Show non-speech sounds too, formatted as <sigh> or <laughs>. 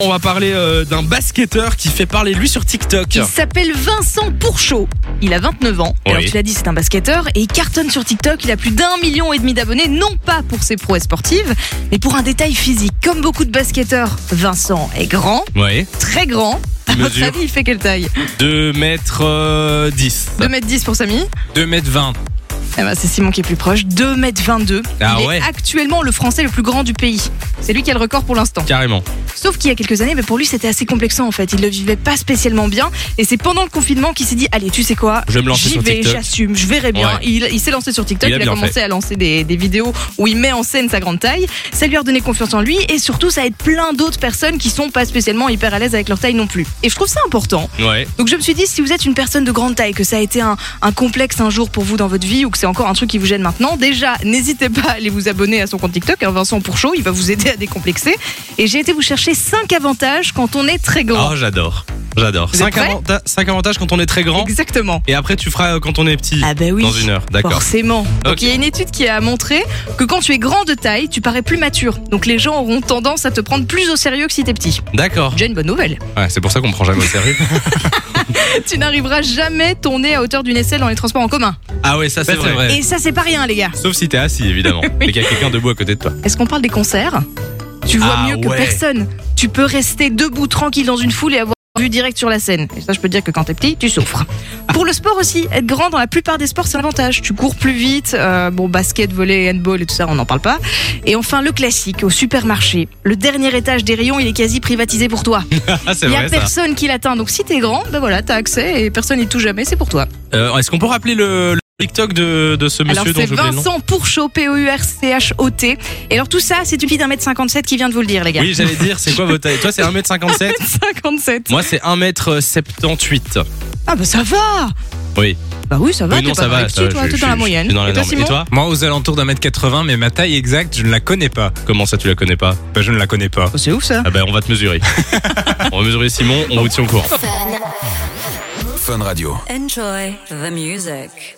On va parler euh, d'un basketteur qui fait parler de lui sur TikTok. Il s'appelle Vincent Pourchaud. Il a 29 ans. Alors Oui. tu l'as dit, c'est un basketteur et il cartonne sur TikTok. Il a plus d'un million et demi d'abonnés, non pas pour ses prouesses sportives, mais pour un détail physique. Comme beaucoup de basketteurs, Vincent est grand, Ouais. très grand. À Il votre mesure avis, il fait quelle taille 2 mètres euh, 10. 2m10 pour Samy 2 mètres 20. Eh ben, C'est Simon qui est plus proche, 2m22. Ah il ouais. est actuellement le français le plus grand du pays. C'est lui qui a le record pour l'instant. Carrément. Sauf qu'il y a quelques années, mais pour lui, c'était assez complexant en fait. Il le vivait pas spécialement bien. Et c'est pendant le confinement qu'il s'est dit Allez, tu sais quoi Je vais me lancer J'y sur vais, TikTok. j'assume, je verrai bien. Ouais. Il, il s'est lancé sur TikTok, Il a il, a bien commencé à lancer des, des vidéos où il met en scène sa grande taille. Ça lui a redonné confiance en lui et surtout, ça aide plein d'autres personnes qui sont pas spécialement hyper à l'aise avec leur taille non plus. Et je trouve ça important. Ouais. Donc je me suis dit, si vous êtes une personne de grande taille, que ça a été un, un complexe un jour pour vous dans votre vie ou que c'est encore un truc qui vous gêne maintenant, déjà, n'hésitez pas à aller vous abonner à son compte TikTok, hein, Vincent Pourchaud, il va vous aider à décomplexer. Et j'ai été vous chercher 5 avantages quand on est très grand. Oh, j'adore. J'adore. Vous êtes 5 prêts avantages quand on est très grand. Exactement. Et après, tu feras euh, quand on est petit. Ah ben oui. Ah. Dans une heure. D'accord. Forcément. Ok. Donc il y a une étude qui a montré que quand tu es grand de taille, tu parais plus mature. Donc les gens auront tendance à te prendre plus au sérieux que si t'es petit. D'accord. Déjà une bonne nouvelle. Ouais, c'est pour ça qu'on prend jamais au <laughs> sérieux. tu n'arriveras jamais ton nez à hauteur d'une aisselle dans les transports en commun. ah ouais, ça c'est vrai. Et ça c'est pas rien les gars. Sauf si t'es assis, <laughs> évidemment. Et qu'il y a quelqu'un debout à côté de toi. Est-ce qu'on parle des concerts Tu vois Ah mieux que ouais. personne. Tu peux rester debout tranquille dans une foule et avoir vu direct sur la scène. Et ça, je peux te dire que quand t'es petit, <laughs> tu souffres. Pour le sport aussi, être grand dans la plupart des sports, c'est un avantage. Tu cours plus vite. euh, bon, basket, volley, handball et tout ça, on n'en parle pas. Et enfin, le classique au supermarché. Le dernier étage des rayons, il est quasi privatisé pour toi. Ah, c'est Il y a vrai ça. personne qui l'atteint. Donc si t'es grand, ben voilà, t'as accès et personne n'y touche jamais. C'est pour toi. Euh, Est-ce qu'on peut rappeler le, le TikTok de, de ce monsieur Alors dont c'est j'ai oublié le nom Vincent Pourchaud, E P-O-U-R-C-H-O-T. Et alors tout ça, c'est une fille d'un mètre 57 qui vient de vous le dire, les gars. Oui, j'allais dire, c'est quoi votre taille Toi, c'est <laughs> 1m57 57. Moi, c'est euh, 1m78. Ah bah ça va Oui. Bah oui, ça va, Oui, t'es non, pas ça va. mal ça petit, va, toi, je- t'es je- dans la je- moyenne. je suis dans la Et toi, norme. Simon Et toi Moi, aux alentours d'un mètre 80, mais ma taille exacte, je ne la connais pas. Comment ça, tu la connais pas Bah, je ne la connais pas. Oh, C'est ouf ça Ah ben, on va <laughs> te mesurer. on va mesurer Simon, on vous tient au courant. Enjoy the music.